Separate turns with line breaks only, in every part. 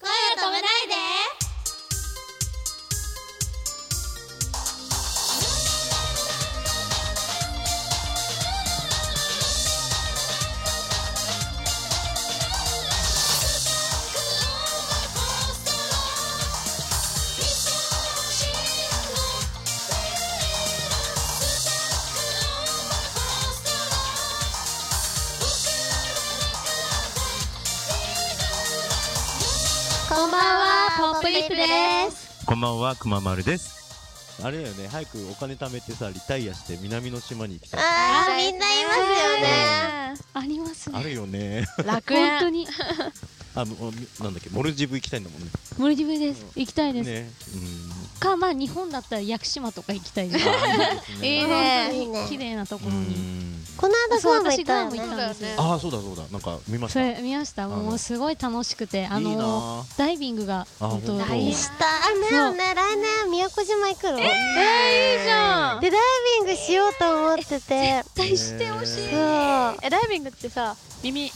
止めないでこんばんはポップリップです
こんばんは、くままるです。
あれだよね、早くお金貯めてさ、リタイアして南の島に行きたい。
あ
ーみんないます
よ
ね
ね
あります
あ
ね
るよね。
楽
本当
園
に
あ、もうみなんだっけ、モルジブ行きたいんだもんね。
モルディブです行きたいです、
ね。
かまあ日本だったら屋久島とか行きたいです
うん。
いいね
本当に
いいね
綺麗なとこ
う
ろに
ん。
この間
そう
グアム行
私
った
ガー
よ
ム行っ
ね
たんです
そう
よ
だよね
ああ、そうだそうだ。なんか見まし
そ
た。いい
れ見ました
の
もうすごい楽しくてあ
な
の
あ。
ダイビングが
あ
本当
本当
大
し
変
たね
そう
よね来年宮古島行くの、
え
いいじゃん
でダイビングしようと思ってて
絶対してほしい
そうあ
えダイビングってさ耳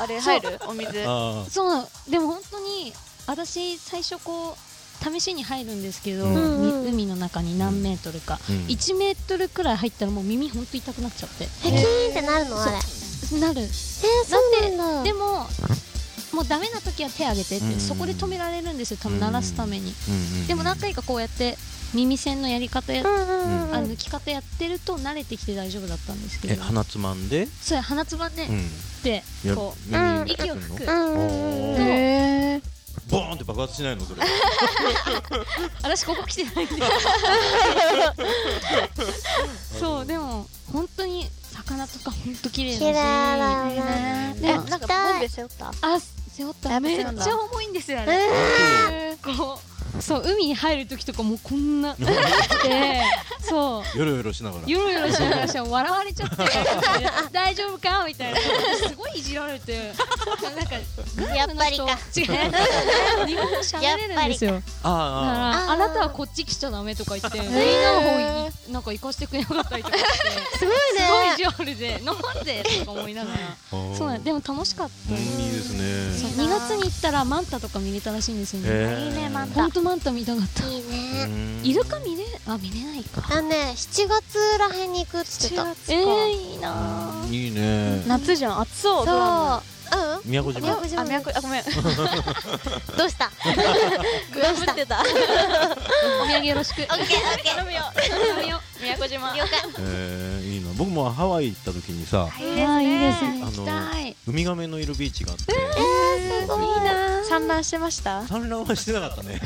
あれ入るお水うん
あ
そうなのでも本当に私最初こう試しに入るんですけど、
うん
うん
み海の中に何メートルか、
あ。うん
1メートルくらい入ったらもう耳ほんと痛くなっちゃって
キーンってなるのあれえ
なる
ー、そうなんだ
でももうダメな時は手あげてって、
うん
そこで止められるるんですよ多分
うん
鳴らすために、
うんうん
でも何回かこうやって耳栓のやり方や、
うんうんうん
あ抜き方やってると慣れてきて大丈夫だったんですけ
え、
ど
鼻つまんで。
そう鼻つまんで、
ん。
で
や
こ
耳に
う息を吹く
う
あ
んうんうん
お
うん
ー
へえ
ボーンって爆発しないのそれ。
私ここ来てないん でそうでも本当に魚とか本当綺麗だし
綺麗だよね
で
え
も
なんかボンベ背負った
あ背負っ
あ
ため
背
っ
負った
ちゃ重いんですよあ
う
れ
ん
こうそう海に入る時とかもうこん なでそう
よろよろしながら。
よろよろしながらしたら笑われちゃって 大丈夫かみたいなすごいいじられてなんか
やっぱりか
違う日本語喋れるんですよだか
あ
ら
あ
あ
ー
なたはこっち来ちゃダメとか言ってみんなの方になんか行かせてくれなかったりとかして
すごい
す
ね
ごい意地悪でなんでとか思いなが ら
ああ。
そうなん
も。
でも楽しかった
うん、
です
いいです
そう
ね。
2月に行ったらマンタとか見れたらしいんですよね
えー
いいねマンタ
ほんとマンタ見たかった
いいね
うん
イルカ見れあ見れないか
あのね7月らへんに行くって言ってた
えー、いいなぁ
いいね。
夏じゃん暑そう
そ
ド
う
ラ
うん
宮古
宮
島。
古
ムあ
島
宮古あごめん
どうした
グアムってた
お土産よろしく
オッケーオッケー
頼むよ
頼むよ
宮古島
了解
えー、いいな僕もハワイ行った時にさ
あーいいですね
あの
行きたい
ウミガメのいるビーチがあって、
すごいな
産卵してました
産卵はしてなかったね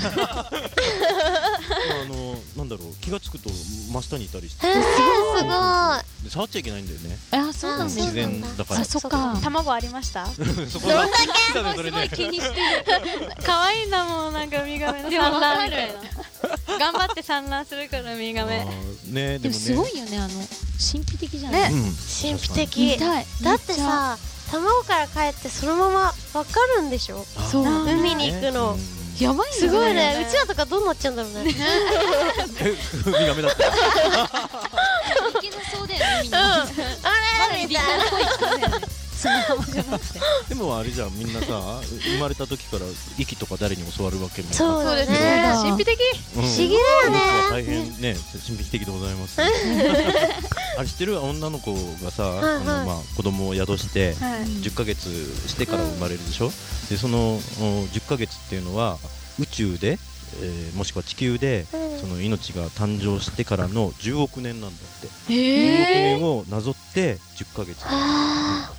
あのなんだろう気がつくと真下にいたりして
えーすごい
で触っちゃいけないんだよね
あそうなんです
自
ね
然だから
あそっか
卵ありま した
そこだどんだ
すごい気にしてる
可愛いんだもんなんかウミガメの
でも
産
わか
卵
る
みたいな頑張って産卵するからウミガメ
で
ねでもね
もすごいよねあの神秘的じゃな
ね
い
うん
神秘的
見たい
だってさ卵から帰ってそのままわかるんでしょ
あー
そう
ね
海に行くの
うん
やばいよ
すごい
ね
ねうちらとかどうなっちゃうんだろうね
えウミガメだった
行けなそうだよねみんな
あれみたいな
そのままじゃなくて
でもあれじゃんみんな さ生まれた時から息とか誰に教わるわけも
そうだね
そうだ
神秘的
不
不思議だよね
大変ね神秘的でござい ますあれ知ってる女の子がさ、
い
あのまあ、子供を宿して、
はい
10ヶ月してから生まれるでしょ、でそのお10ヶ月っていうのは宇宙で、えーもしくは地球で、
うん
その命が誕生してからの10億年なんだって、10億
え
年をなぞって10ヶ月だから
あ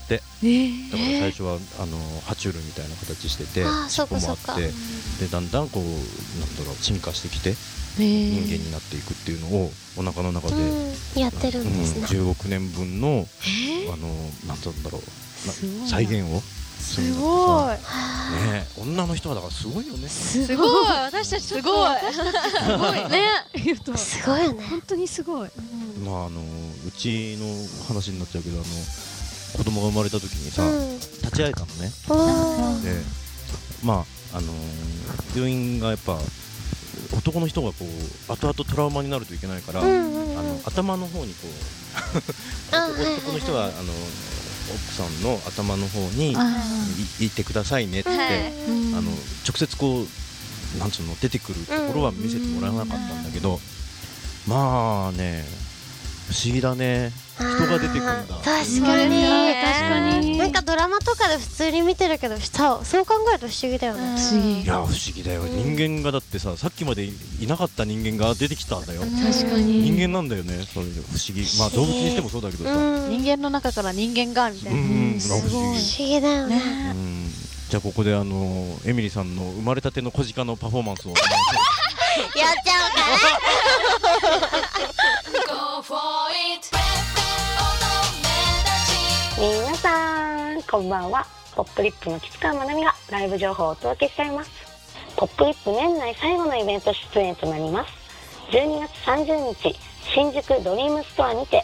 最初は、あの爬虫類みたいな形してて
あー
尻
そっか
尾
そっ
もあっ
か
てでだんだんこうなんだろう進化してきて人間になっていくっていうのをお腹の中
ー
で、
うんやってるんですね
うん10億年分の、あのなんだろうな
すごいな
再現を
すごい
ねえ女の人はだからすごいよね
す
す
ご
ご
い
い私たちすごい
すごいね言うと
すごいよね
本当にすごい
まああのうちの話になっちゃうけどあの子供が生まれた時に
う
さ、
ん
立ち会えたのね
おー
でまああのー病院がやっぱ男の人がこう後々トラウマになるといけないから、
うんうん
あ
うん
の頭の方にこう
あはいはいはい
男の人はあの奥さんの頭の方に
あ
いいてくださいねって、
はい
ーうん
あの直接こうなんつうの出てくるところは見せてもらわなかったんだけど、まあね不思議だね人が出てくんだ
あー確かに
確かに
なんかドラマとかで普通に見てるけどさそう考えると不思議だよね、
不思議
いや不思議だよ人間がだってささっきまでいいなかった人間が出てきたんだよ
確かに
人間なんだよねそれで不思議まあ動物にしてもそうだけど
う
さ、
ん、
人間の中から人間がみたいな。
うん
うんすごい
不思
不
議
思議だよね
ね
うんじゃあここであのエミリさんの生まれたての小鹿のパフォーマンスを
やっちゃおうかな
Go for it 乙
皆さんこんばんはポップリップの吉川まなみがライブ情報をお届けしちゃいますポップリップ年内最後のイベント出演となります12月30日新宿ドリームストアにて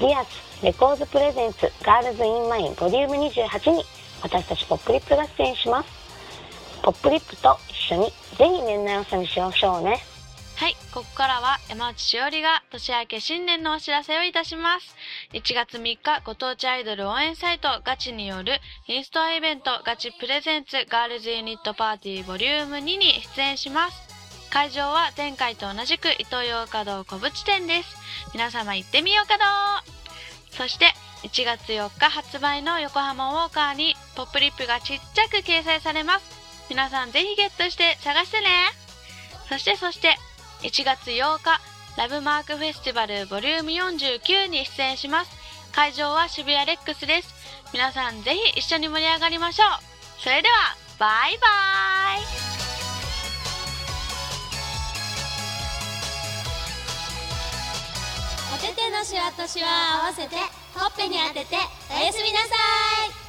リアスレコーズプレゼンツガールズインマインボリューム28に私たちポップリップが出演しますポップリップと一緒にぜひ年内おさにしましょうね
はい、ここからは山内しおりが年明け新年のお知らせをいたします。1月3日、ご当地アイドル応援サイトガチによるインストアイベントガチプレゼンツガールズユニットパーティーボリューム2に出演します。会場は前回と同じく伊東洋華堂小淵店です。皆様行ってみようかどうそして1月4日発売の横浜ウォーカーにポップリップがちっちゃく掲載されます。皆さんぜひゲットして探してねそしてそして1月8日ラブマークフェスティバルボリューム49に出演します会場は渋谷レックスです皆さんぜひ一緒に盛り上がりましょうそれではバイバイ
女手手のシワとシワを合わせてほっぺに当てておやすみなさい